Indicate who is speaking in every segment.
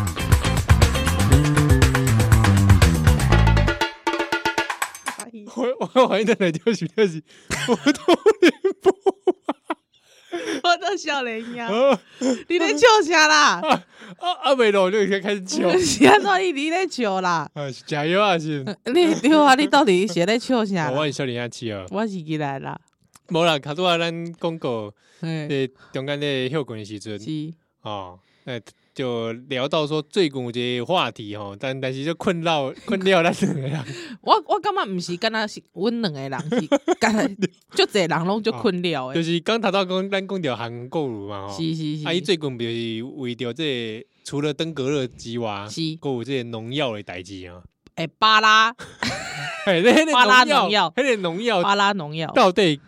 Speaker 1: 我我怀疑在哪条是条是波多连
Speaker 2: 我都笑人 呀，
Speaker 1: 波
Speaker 2: 你咧笑啥啦？，
Speaker 1: 啊哦啊啊！未落就先开始笑
Speaker 2: 是安怎你你咧笑啦？
Speaker 1: 啊，是加油啊是。
Speaker 2: 你对啊，你到底是咧笑啥
Speaker 1: 啊、我
Speaker 2: 啦？
Speaker 1: 是少年阿七哦，
Speaker 2: 我是起来啦，
Speaker 1: 无啦，卡拄啊，咱广告
Speaker 2: 嘿，
Speaker 1: 咧中间咧休困的时阵
Speaker 2: 是，
Speaker 1: 哦，那就聊到说最近有一个话题吼，但但是就困扰困扰咱两个人，
Speaker 2: 我我感觉毋是敢若是阮两个人 是，敢若足侪人拢足困了
Speaker 1: 哦就
Speaker 2: 诶，
Speaker 1: 是刚头到讲咱讲着韩国语嘛吼，
Speaker 2: 是是是，
Speaker 1: 啊伊最近就是为着这个除了登革热之外，
Speaker 2: 是
Speaker 1: 还有这个农药的代 志啊，
Speaker 2: 诶哎巴拉
Speaker 1: 嘿，那
Speaker 2: 巴拉
Speaker 1: 那个
Speaker 2: 农
Speaker 1: 农药
Speaker 2: 药，
Speaker 1: 那个农药
Speaker 2: 巴拉农药。
Speaker 1: 哦到底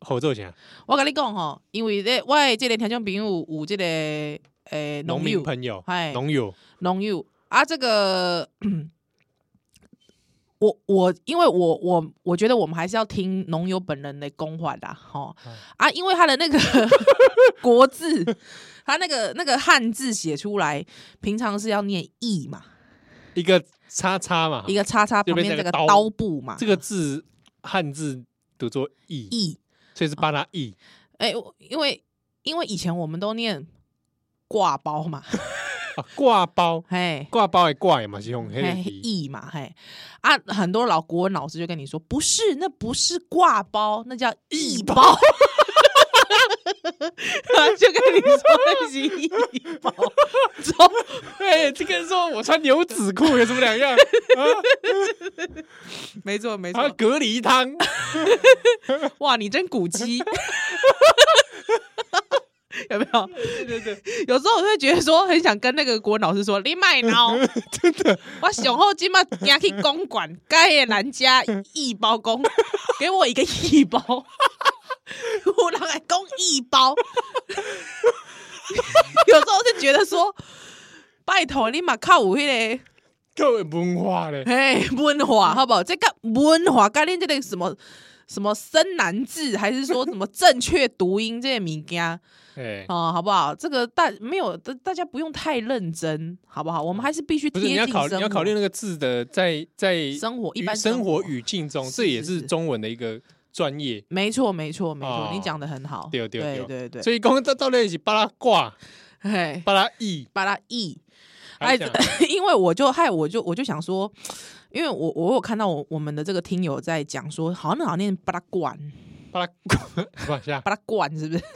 Speaker 1: 好做啥？
Speaker 2: 我甲你讲吼，因为咧，我诶即个听众朋友有即、个诶
Speaker 1: 农
Speaker 2: 农
Speaker 1: 民
Speaker 2: 友
Speaker 1: 朋友，
Speaker 2: 嗨
Speaker 1: 农友
Speaker 2: 农友啊，这个我我因为我我我觉得我们还是要听农友本人的公话啦，吼
Speaker 1: 嗯
Speaker 2: 啊，因为他的那个 国字，他那个那个汉字写出来，平常是要念“义”嘛，
Speaker 1: 一个叉叉嘛，
Speaker 2: 一个叉叉
Speaker 1: 就
Speaker 2: 旁
Speaker 1: 变
Speaker 2: 边这
Speaker 1: 那
Speaker 2: 个
Speaker 1: 个刀
Speaker 2: 刀部嘛，
Speaker 1: 这个字汉字读作“义”，
Speaker 2: 义，
Speaker 1: 所以是巴拉义。
Speaker 2: 哎、我因为因为以前我们都念挂包嘛，
Speaker 1: 啊，挂包
Speaker 2: 嘿。
Speaker 1: 挂包的挂也嘛是用黑
Speaker 2: 嘿，
Speaker 1: 的义，
Speaker 2: 义嘛，嘿啊，很多老国文老师就跟你说，不是，那不是挂包，那叫义包， 就跟你说那是义包，走
Speaker 1: 哎，这个说我穿牛仔裤有什么两 样？
Speaker 2: 没错没
Speaker 1: 还有
Speaker 2: 错，
Speaker 1: 隔离汤，
Speaker 2: 哇，你真古 鸡。有没有？
Speaker 1: 对对对，
Speaker 2: 有时候我会觉得说，很想跟那个国文老师说：“你卖脑， 真的，我想后今嘛要去公馆，该的人家一包公，给我一个一包， 我人来公一包。” 有时候就觉得说，拜托你嘛靠有迄、
Speaker 1: 够有文化 嘞
Speaker 2: 个，嘿文化好不好？这个文化概念，这个什么什么生难字，还是说什么正确读音这些物件？
Speaker 1: 哎，
Speaker 2: 哦，好不好？这个大没有，大大家不用太认真，好不好？我们还是必须
Speaker 1: 哦不
Speaker 2: 贴
Speaker 1: 是你
Speaker 2: 近生
Speaker 1: 要考
Speaker 2: 活，
Speaker 1: 你要考虑那个字的在在
Speaker 2: 生活一
Speaker 1: 语
Speaker 2: 般
Speaker 1: 生活
Speaker 2: 活。
Speaker 1: 语境中，
Speaker 2: 是
Speaker 1: 这也
Speaker 2: 是
Speaker 1: 是
Speaker 2: 是
Speaker 1: 中文的一个专业。
Speaker 2: 没错，没错，没错，你
Speaker 1: 哦
Speaker 2: 讲的很好。
Speaker 1: 对对
Speaker 2: 对
Speaker 1: 对
Speaker 2: 对对，
Speaker 1: 所以讲到到底是巴拉挂、
Speaker 2: 嘿，
Speaker 1: 巴拉义，
Speaker 2: 把它译。
Speaker 1: 还
Speaker 2: 哎
Speaker 1: 是讲，
Speaker 2: 因为我就害我就我就想说，因为我我有看到我我们的这个听友在讲说，好像好像念巴拉罐，
Speaker 1: 巴 拉挂，往下，
Speaker 2: 巴拉罐是不是？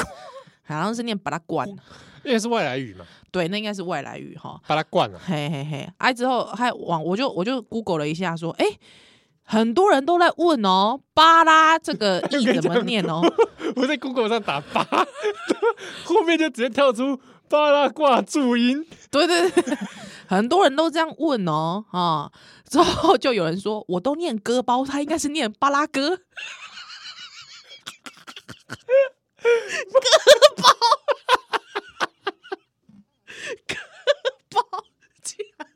Speaker 2: 好像是念巴拉罐，
Speaker 1: 因为是外来语嘛，
Speaker 2: 对，那应该是外来语哈。
Speaker 1: 巴拉罐啊，
Speaker 2: 嘿嘿嘿，哎、之后还往我就我就 Google 了一下说，哎、很多人都在问哦，巴拉这个意
Speaker 1: 你跟
Speaker 2: 怎么
Speaker 1: 讲
Speaker 2: 念哦？
Speaker 1: 我在 Google 上打八， 后面就直接跳出巴拉挂注音，
Speaker 2: 对对对，很多人都这样问哦啊、之后就有人说，我都念割包，他应该是念巴拉哥，割包，割包，竟然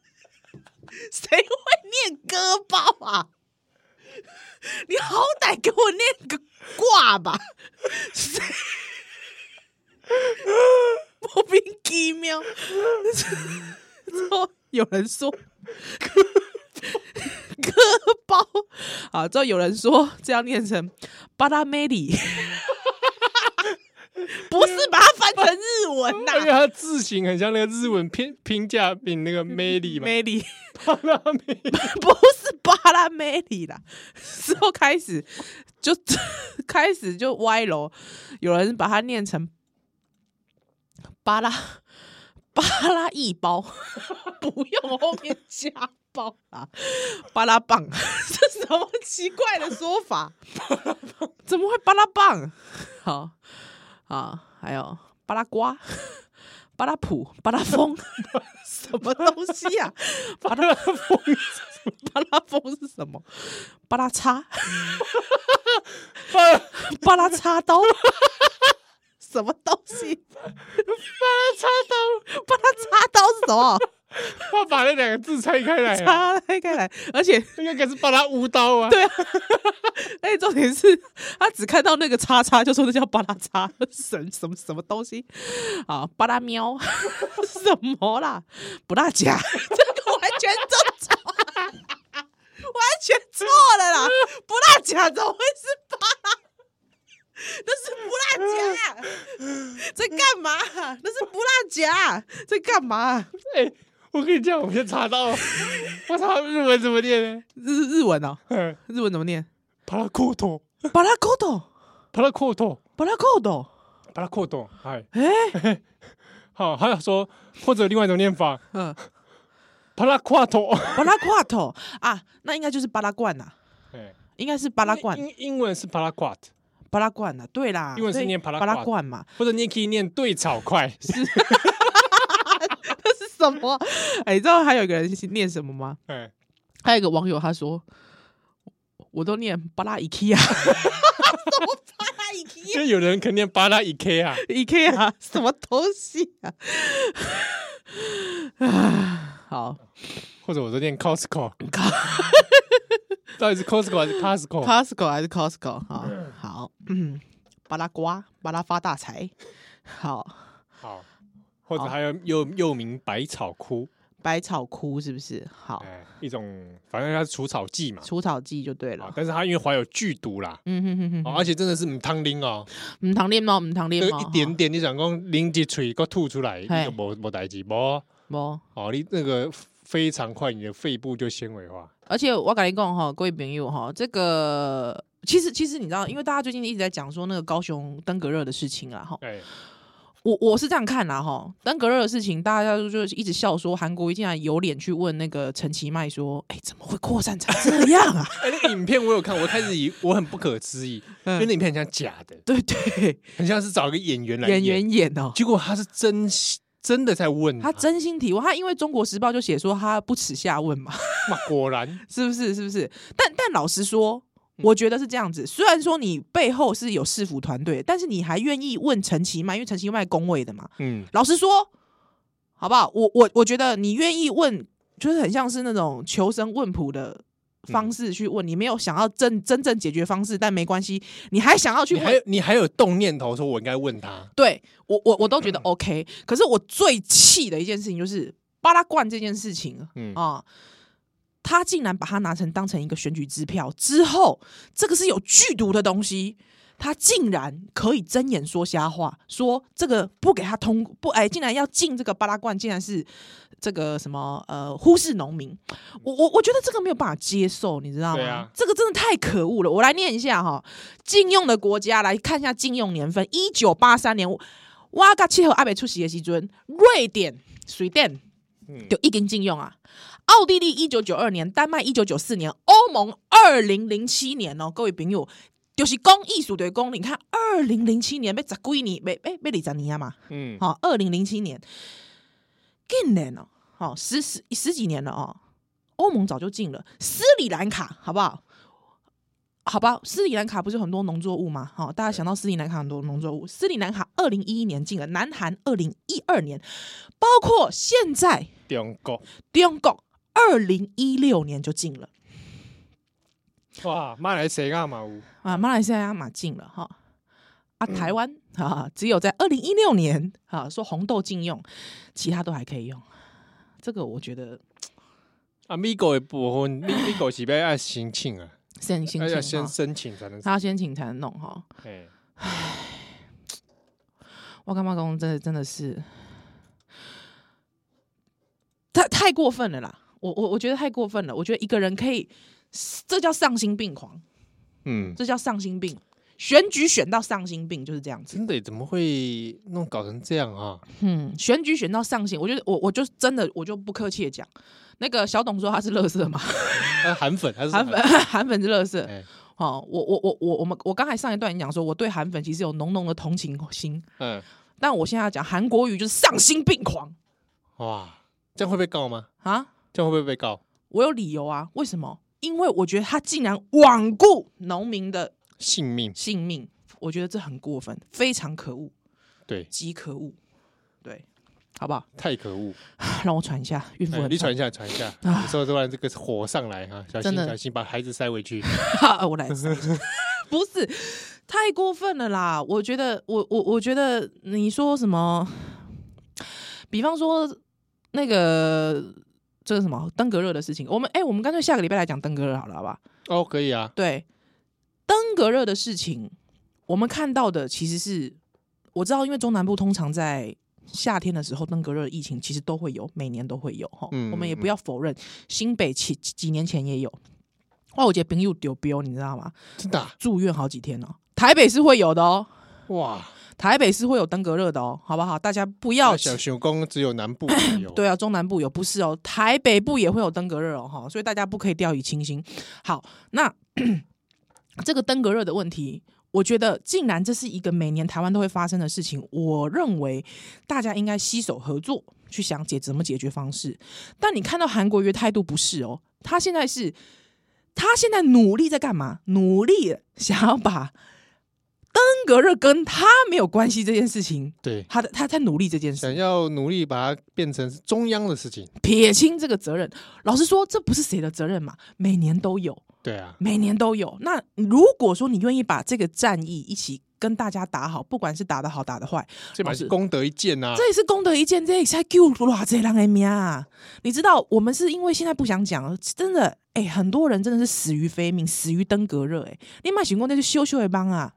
Speaker 2: 谁会念割包啊？ 你好歹给我念个挂吧， 谁莫名其妙。之后有人说割包啊，之后有人说这样念成巴拉梅里， 不是把它翻成日文
Speaker 1: 因为
Speaker 2: 呐、
Speaker 1: 它字形很像那个日文拼拼假名那个 Melly 嘛，
Speaker 2: 梅里。
Speaker 1: 巴拉梅，
Speaker 2: 不是巴拉梅里啦，之后开始就开始就歪楼，有人把它念成巴拉巴拉一包，不用后面加包啦，巴拉棒，这什么奇怪的说法？怎么会巴拉棒？好啊，还有巴拉瓜。巴拉普、巴拉风，什么东西呀、巴拉风巴拉风是什么？巴拉叉，
Speaker 1: 巴拉
Speaker 2: 巴拉叉刀，什么东西？
Speaker 1: 插刀，
Speaker 2: 巴拉叉刀是什么？
Speaker 1: 他把那两个字拆开来啊，
Speaker 2: 叉开开来，而且
Speaker 1: 应该是巴拉乌刀啊，
Speaker 2: 对啊，而且重点是他只看到那个叉叉，就说那叫巴拉叉，什么什么什么东西啊？巴拉喵， 什么啦？不辣夹，这个完全正常。完全错了啦！不辣夹怎么会是巴拉？那是不辣夹，啊在干嘛？那是不辣夹，在干嘛？啊
Speaker 1: 哎、我跟你讲，我就查到了，我查日文怎么念呢？
Speaker 2: 日日文哦，
Speaker 1: 嗯
Speaker 2: 日文怎么念？
Speaker 1: パラコート、
Speaker 2: 巴拉コ豆，
Speaker 1: パラコート、
Speaker 2: 巴拉コ豆。
Speaker 1: パラコート，哎，
Speaker 2: 哎、
Speaker 1: 好，还有说或者另外一种念法，
Speaker 2: 嗯，
Speaker 1: パラ夸ト，
Speaker 2: 巴拉罐头啊，那应该就是巴拉罐呐、
Speaker 1: 哎，
Speaker 2: 应该是巴拉罐，
Speaker 1: 英英文是パラ夸ト，
Speaker 2: 巴拉罐呐、对啦，
Speaker 1: 英文是
Speaker 2: 对
Speaker 1: 念巴拉
Speaker 2: 巴拉
Speaker 1: 罐
Speaker 2: 罐嘛，
Speaker 1: 或者你也可以念对草快，
Speaker 2: 是什么？哎、你知道还有一个人是念什么吗？
Speaker 1: 哎，
Speaker 2: 还有一个网友他说，我都念巴拉啊 IKEA，什么巴拉
Speaker 1: 因为有人肯定巴拉伊 K 啊，
Speaker 2: IKEA，IKEA 什么东西啊？啊，好
Speaker 1: 或者我都念 Costco，到底是 Costco 还是 Costco？
Speaker 2: ，Costco 还是 Costco？好，好，嗯，巴拉瓜，巴拉发大财，好，
Speaker 1: 好，或者还有又又名百草枯，
Speaker 2: 百草枯是不是？好，
Speaker 1: 哎，一种反正它是除草剂嘛，
Speaker 2: 除草剂就对
Speaker 1: 啊
Speaker 2: 了，。
Speaker 1: 但是它因为怀有剧毒啦。
Speaker 2: 嗯哼哼哼
Speaker 1: 哦，
Speaker 2: 哼，
Speaker 1: 而且真的是唔汤啉哦，
Speaker 2: 唔糖恋猫，唔糖
Speaker 1: 那
Speaker 2: 恋
Speaker 1: 个
Speaker 2: 猫，
Speaker 1: 一点点你想讲啉一嘴个吐出来，你
Speaker 2: 嘿
Speaker 1: 就无无代志，无
Speaker 2: 无。
Speaker 1: 哦，你那个非常快，你的肺部就纤维化。
Speaker 2: 而且我跟你讲哈，各位朋友哈，这个其实其实你知道，因为大家最近一直在讲说那个高雄登革热的事情啦哈，
Speaker 1: 哎，
Speaker 2: 我我是这样看啦哈，登革热的事情，大家就就一直笑说韩国瑜竟然有脸去问那个陈其迈说，哎、怎么会扩散成这样啊？
Speaker 1: 哎，那个影片我有看，我开始以我很不可思议，因为
Speaker 2: 嗯
Speaker 1: 那影片很像假的，
Speaker 2: 对对，
Speaker 1: 很像是找一个演员来
Speaker 2: 演
Speaker 1: 演，嗯
Speaker 2: 员演哦、
Speaker 1: 结果他是真真的在问
Speaker 2: 他真心提问，他因为《中国时报》就写说他不耻下问嘛，
Speaker 1: 哇，果 然
Speaker 2: 是不是？是不是？但但老实说，
Speaker 1: 嗯
Speaker 2: 我觉得是这样子。虽然说你背后是有市府团队，但是你还愿意问陈其迈，因为陈其迈工位的嘛。
Speaker 1: 嗯，
Speaker 2: 老实说，好不好？我我我觉得你愿意问，就是很像是那种求神问卜的
Speaker 1: 嗯
Speaker 2: 方式去问，你没有想要真真正解决方式，但没关系，你还想要去
Speaker 1: 你还
Speaker 2: 问
Speaker 1: 有。你还有动念头说我应该问他，
Speaker 2: 对我我我都
Speaker 1: 嗯
Speaker 2: 觉得 OK，可是我最气的一件事情就是巴拉罐这件事情，
Speaker 1: 嗯
Speaker 2: 啊，他竟然把它拿成当成一个选举支票之后，这个是有剧毒的东西，他竟然可以睁眼说瞎话，说这个不给他通不哎，竟然要进这个巴拉罐，竟然是这个什么呃忽视农民，我我我觉得这个没有办法接受，你知道吗？
Speaker 1: 对啊
Speaker 2: 这个真的太可恶了。我来念一下哈，禁用的国家来看一下禁用年份，一九八三年。哇！噶气候阿北出席的时阵，瑞典、瑞典
Speaker 1: 嗯
Speaker 2: 就一经禁用啊。奥地利一九九二年，丹麦一九九四年，欧盟二零零七年哦，各位朋友，就是公艺术对公，你看二零零七年被十几年，被被被李泽尼亚嘛，
Speaker 1: 嗯，
Speaker 2: 好、二零零七年，近年哦，好、十十十几年了哦，欧盟早就禁了，斯里兰卡好不好？好吧，斯里兰卡不是很多农作物吗？好、大家想到斯里兰卡很多农作物，斯里兰卡二零一一年禁了，南韩二零一二年，包括现在
Speaker 1: 中 国
Speaker 2: 中国二零一六年就禁了
Speaker 1: 哇，马来西亚嘛有，
Speaker 2: 啊，马来西亚嘛禁了哈啊，台湾、啊只有在二零一六年啊说红豆禁用，其他都还可以用。这个我觉得
Speaker 1: 啊，美国的部分，美美国是要按申请啊，
Speaker 2: 先先
Speaker 1: 要
Speaker 2: 请
Speaker 1: 要
Speaker 2: 哦
Speaker 1: 先
Speaker 2: 哈
Speaker 1: 申请才能，
Speaker 2: 他要先请才能弄哈。
Speaker 1: 哎，
Speaker 2: 我干妈公真的真的是太太过分了啦！我我我觉得太过分了，我觉得一个人可以，这叫丧心病狂，
Speaker 1: 嗯。
Speaker 2: 这叫丧心病。选举选到丧心病就是这样子。
Speaker 1: 真的耶怎么会弄搞成这样啊？
Speaker 2: 嗯，选举选到上线，我觉得我我就真的我就不客气的讲，那个小董说他是乐色嘛，
Speaker 1: 他 是啊韩粉，他是
Speaker 2: 韩粉 韩粉是乐色
Speaker 1: 哎。
Speaker 2: 哦，我我我我我们我刚才上一段已经讲说，我对韩粉其实有浓浓的同情心，
Speaker 1: 嗯，
Speaker 2: 但我现在要讲韩国语就是丧心病狂
Speaker 1: 哇，这样会被告吗？
Speaker 2: 啊！
Speaker 1: 这样会不会被告？
Speaker 2: 我有理由啊，为什么？因为我觉得他竟然罔顾农民的
Speaker 1: 性命？
Speaker 2: 性命，我觉得这很过分，非常可恶，
Speaker 1: 对，
Speaker 2: 极可恶，对，好不好？
Speaker 1: 太可恶！
Speaker 2: 让我喘一下，孕妇
Speaker 1: 哎
Speaker 2: 很
Speaker 1: 你
Speaker 2: 痛
Speaker 1: 传一下，传一下，
Speaker 2: 啊
Speaker 1: 有时候突然这个火上来哈，小心
Speaker 2: 真的
Speaker 1: 小心，把孩子塞回去。
Speaker 2: 啊， 我来试一下不是太过分了啦！我觉得，我我我觉得你说什么，比方说那个这是什么登革热的事情，我们哎、我们干脆下个礼拜来讲登革热好了，好吧？
Speaker 1: 哦，可以啊，
Speaker 2: 对，登革热的事情，我们看到的其实是我知道，因为中南部通常在夏天的时候，登革热疫情其实都会有，每年都会有哈。
Speaker 1: 嗯
Speaker 2: 我们也不
Speaker 1: 嗯
Speaker 2: 要否认，新北几几年前也有，哇，我觉得朋友丢标，你知道吗？
Speaker 1: 真的啊、
Speaker 2: 住院好几天哦、台北是会有的哦、
Speaker 1: 哇！
Speaker 2: 台北是会有登革热的哦、好不好？大家不要
Speaker 1: 小熊公只有南部哦有，
Speaker 2: 对啊，中南部有不是哦，台北部也会有登革热哦，哈，所以大家不可以掉以轻心。好，那 这个登革热的问题，我觉得竟然这是一个每年台湾都会发生的事情，我认为大家应该携手合作去想解怎么解决方式。但你看到韩国瑜的态度不是哦，他现在是，他现在努力在干嘛？努力想要把登革热跟他没有关系这件事情，
Speaker 1: 对，
Speaker 2: 他他在努力这件事。
Speaker 1: 想要努力把它变成是中央的事情，
Speaker 2: 撇清这个责任。老实说，这不是谁的责任嘛？每年都有，
Speaker 1: 对啊，
Speaker 2: 每年都有。那如果说你愿意把这个战役一起跟大家打好，不管是打的好打的坏，
Speaker 1: 这把
Speaker 2: 老师
Speaker 1: 是功德一件啊，
Speaker 2: 这也是功德一件，这也是在救偌这人的命啊！你知道，我们是因为现在不想讲了，真的，哎、很多人真的是死于非命，死于登革热，哎，你买行功那就羞羞一帮啊，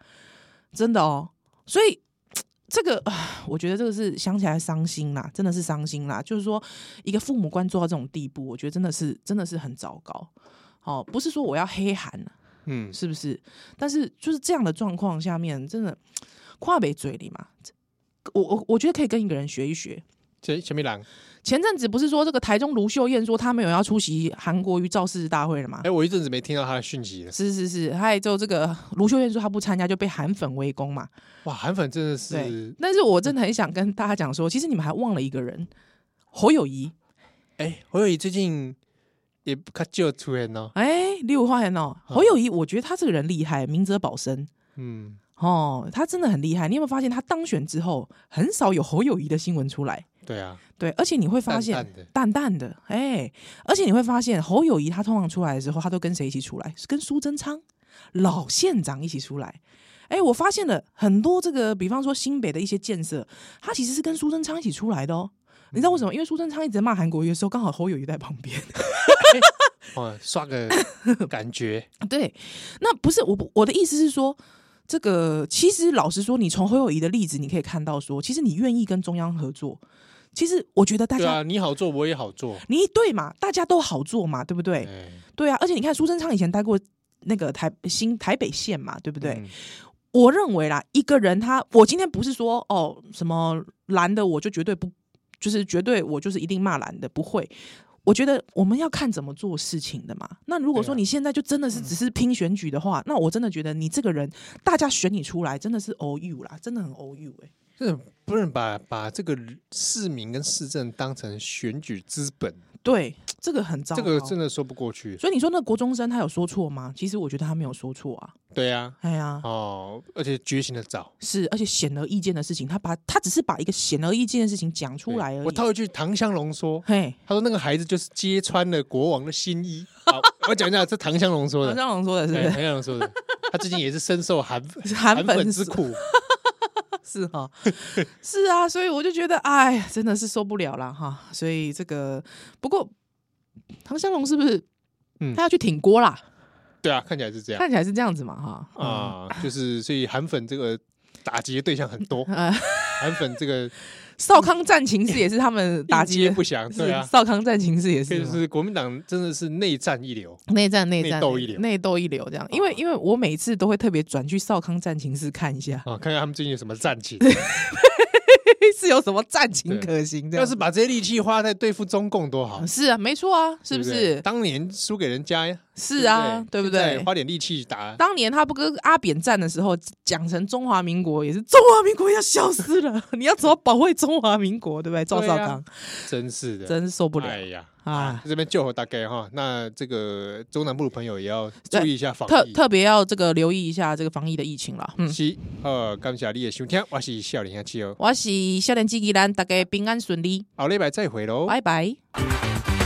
Speaker 2: 真的哦。所以呃这个，啊我觉得这个是想起来伤心啦，真的是伤心啦。就是说，一个父母官做到这种地步，我觉得真的是真的是很糟糕。哦，不是说我要黑韩啊
Speaker 1: 嗯，
Speaker 2: 是不是？但是就是这样的状况下面，真的跨北嘴里嘛，我我我觉得可以跟一个人学一学。
Speaker 1: 前前面狼，
Speaker 2: 前阵子不是说这个台中卢秀燕说她没有要出席韩国瑜造势大会了吗
Speaker 1: 哎、？我一阵子没听到他的讯息了，
Speaker 2: 是是是，还就这个卢秀燕说她不参加就被韩粉围攻嘛。
Speaker 1: 哇，韩粉真的
Speaker 2: 对
Speaker 1: 是，，
Speaker 2: 但是我真的很想跟大家讲说，其实你们还忘了一个人，侯友谊。
Speaker 1: 哎、侯友宜最近也不看就出现哦，
Speaker 2: 哎，六花人哦，侯友谊，我觉得他这个人厉害，明哲保身。
Speaker 1: 嗯，
Speaker 2: 哦，他真的很厉害。你有没有发现，他当选之后很少有侯友谊的新闻出来？
Speaker 1: 对啊，
Speaker 2: 对，而且你会发现
Speaker 1: 淡淡的
Speaker 2: 淡淡的，哎、而且你会发现侯友谊他通常出来的时候，他都跟谁一起出来？是跟苏贞昌老县长一起出来。哎、我发现了很多这个，比方说新北的一些建设，他其实是跟苏贞昌一起出来的哦。你知道为什
Speaker 1: 嗯
Speaker 2: 么？因为苏贞昌一直在骂韩国瑜的时候，刚好侯友谊在旁边。
Speaker 1: 哦，刷个 感觉，
Speaker 2: 对，那不是我不我的意思是说，这个其实老实说，你从侯友谊的例子，你可以看到说，其实你愿意跟中央合作，其实我觉得大
Speaker 1: 对
Speaker 2: 家、
Speaker 1: 啊，你好做，我也好做，
Speaker 2: 你对嘛，大家都好做嘛，对不对？
Speaker 1: 哎
Speaker 2: 对啊，而且你看苏贞昌以前待过那个台新台北县嘛，对不对？
Speaker 1: 嗯
Speaker 2: 我认为啦，一个人他，我今天不是说哦什么蓝的我就绝对不，就是绝对我就是一定骂蓝的，不会。我觉得我们要看怎么做事情的嘛。那如果说
Speaker 1: 对啊
Speaker 2: 你现在就真的是只是拼选举的话，那我真的觉得你这个人，大家选你出来真的是 O U 啦，真的很 O U 哎、
Speaker 1: 真的不能把把这个市民跟市政当成选举资本，
Speaker 2: 对，这个很糟
Speaker 1: 这
Speaker 2: 糕。
Speaker 1: 个真的说不过去。
Speaker 2: 所以你说那国中生他有说错吗？其实我觉得他没有说错啊。
Speaker 1: 对啊，
Speaker 2: 哎呀，
Speaker 1: 哦，而且觉醒的早。
Speaker 2: 是，而且显而易见的事情，他把他只是把一个显而易见的事情讲出
Speaker 1: 对
Speaker 2: 来而已。
Speaker 1: 我套一句唐香龙说，
Speaker 2: 嘿，
Speaker 1: 他说那个孩子就是揭穿了国王的新衣。好， 我讲一下，这唐香龙说
Speaker 2: 唐
Speaker 1: 的，
Speaker 2: 湘龙说的是不
Speaker 1: 哎
Speaker 2: 是？
Speaker 1: 唐香龙说的，他最近也是深受韩
Speaker 2: 韩
Speaker 1: 粉
Speaker 2: 粉
Speaker 1: 之
Speaker 2: 是
Speaker 1: 苦。
Speaker 2: 是哈，是啊，所以我就觉得，哎呀，真的是受不了了哈。所以这个，不过唐香龙是不是，
Speaker 1: 嗯
Speaker 2: 他要去挺锅啦？
Speaker 1: 对啊，看起来是这 样
Speaker 2: 看起来是这样子嘛，哈，啊、
Speaker 1: 啊，就是所以韩粉这个打击的对象很 多，
Speaker 2: 呃，
Speaker 1: 韩粉这个
Speaker 2: 少康战情室也是他们 打
Speaker 1: 应
Speaker 2: 击
Speaker 1: 接
Speaker 2: 的，
Speaker 1: 不详，对
Speaker 2: 是
Speaker 1: 啊，
Speaker 2: 少康战情室也
Speaker 1: 所
Speaker 2: 是
Speaker 1: 以就
Speaker 2: 嘛。
Speaker 1: 是国民党真的是内战一流。
Speaker 2: 内战内
Speaker 1: 内
Speaker 2: 战
Speaker 1: 斗一流
Speaker 2: 内斗一流这样，因为
Speaker 1: 啊
Speaker 2: 因为我每次都会特别转去少康战情室看一下，
Speaker 1: 啊，看看他们最近有什么战 情。
Speaker 2: 是有什么战情
Speaker 1: 对
Speaker 2: 可行这样
Speaker 1: 要。是把这些力气花在对付中共多好，
Speaker 2: 是啊，没错啊，是不
Speaker 1: 对
Speaker 2: 是？
Speaker 1: 当年输给人家呀，
Speaker 2: 是啊，对不
Speaker 1: 现在
Speaker 2: 对？
Speaker 1: 花点力气打，
Speaker 2: 当年他不跟阿扁战的时候，讲成中华民国也是中华民国要消失了， 你要怎么保卫中华民国，对不对？赵
Speaker 1: 对
Speaker 2: 少
Speaker 1: 啊
Speaker 2: 康、
Speaker 1: 真是的，
Speaker 2: 真是受不了，
Speaker 1: 哎呀
Speaker 2: 啊
Speaker 1: 啊！这边救火大概哈，那这个中南部的朋友也要注哎意一下防
Speaker 2: 特
Speaker 1: 疫。
Speaker 2: 特别要这个留意一下这个防疫的疫情了。嗯，
Speaker 1: 是，呃，感谢你的收听，我是笑脸下七哦，
Speaker 2: 我是笑脸机器人，大家平安顺利，
Speaker 1: 哦后礼拜再会喽。
Speaker 2: 拜拜。
Speaker 3: 「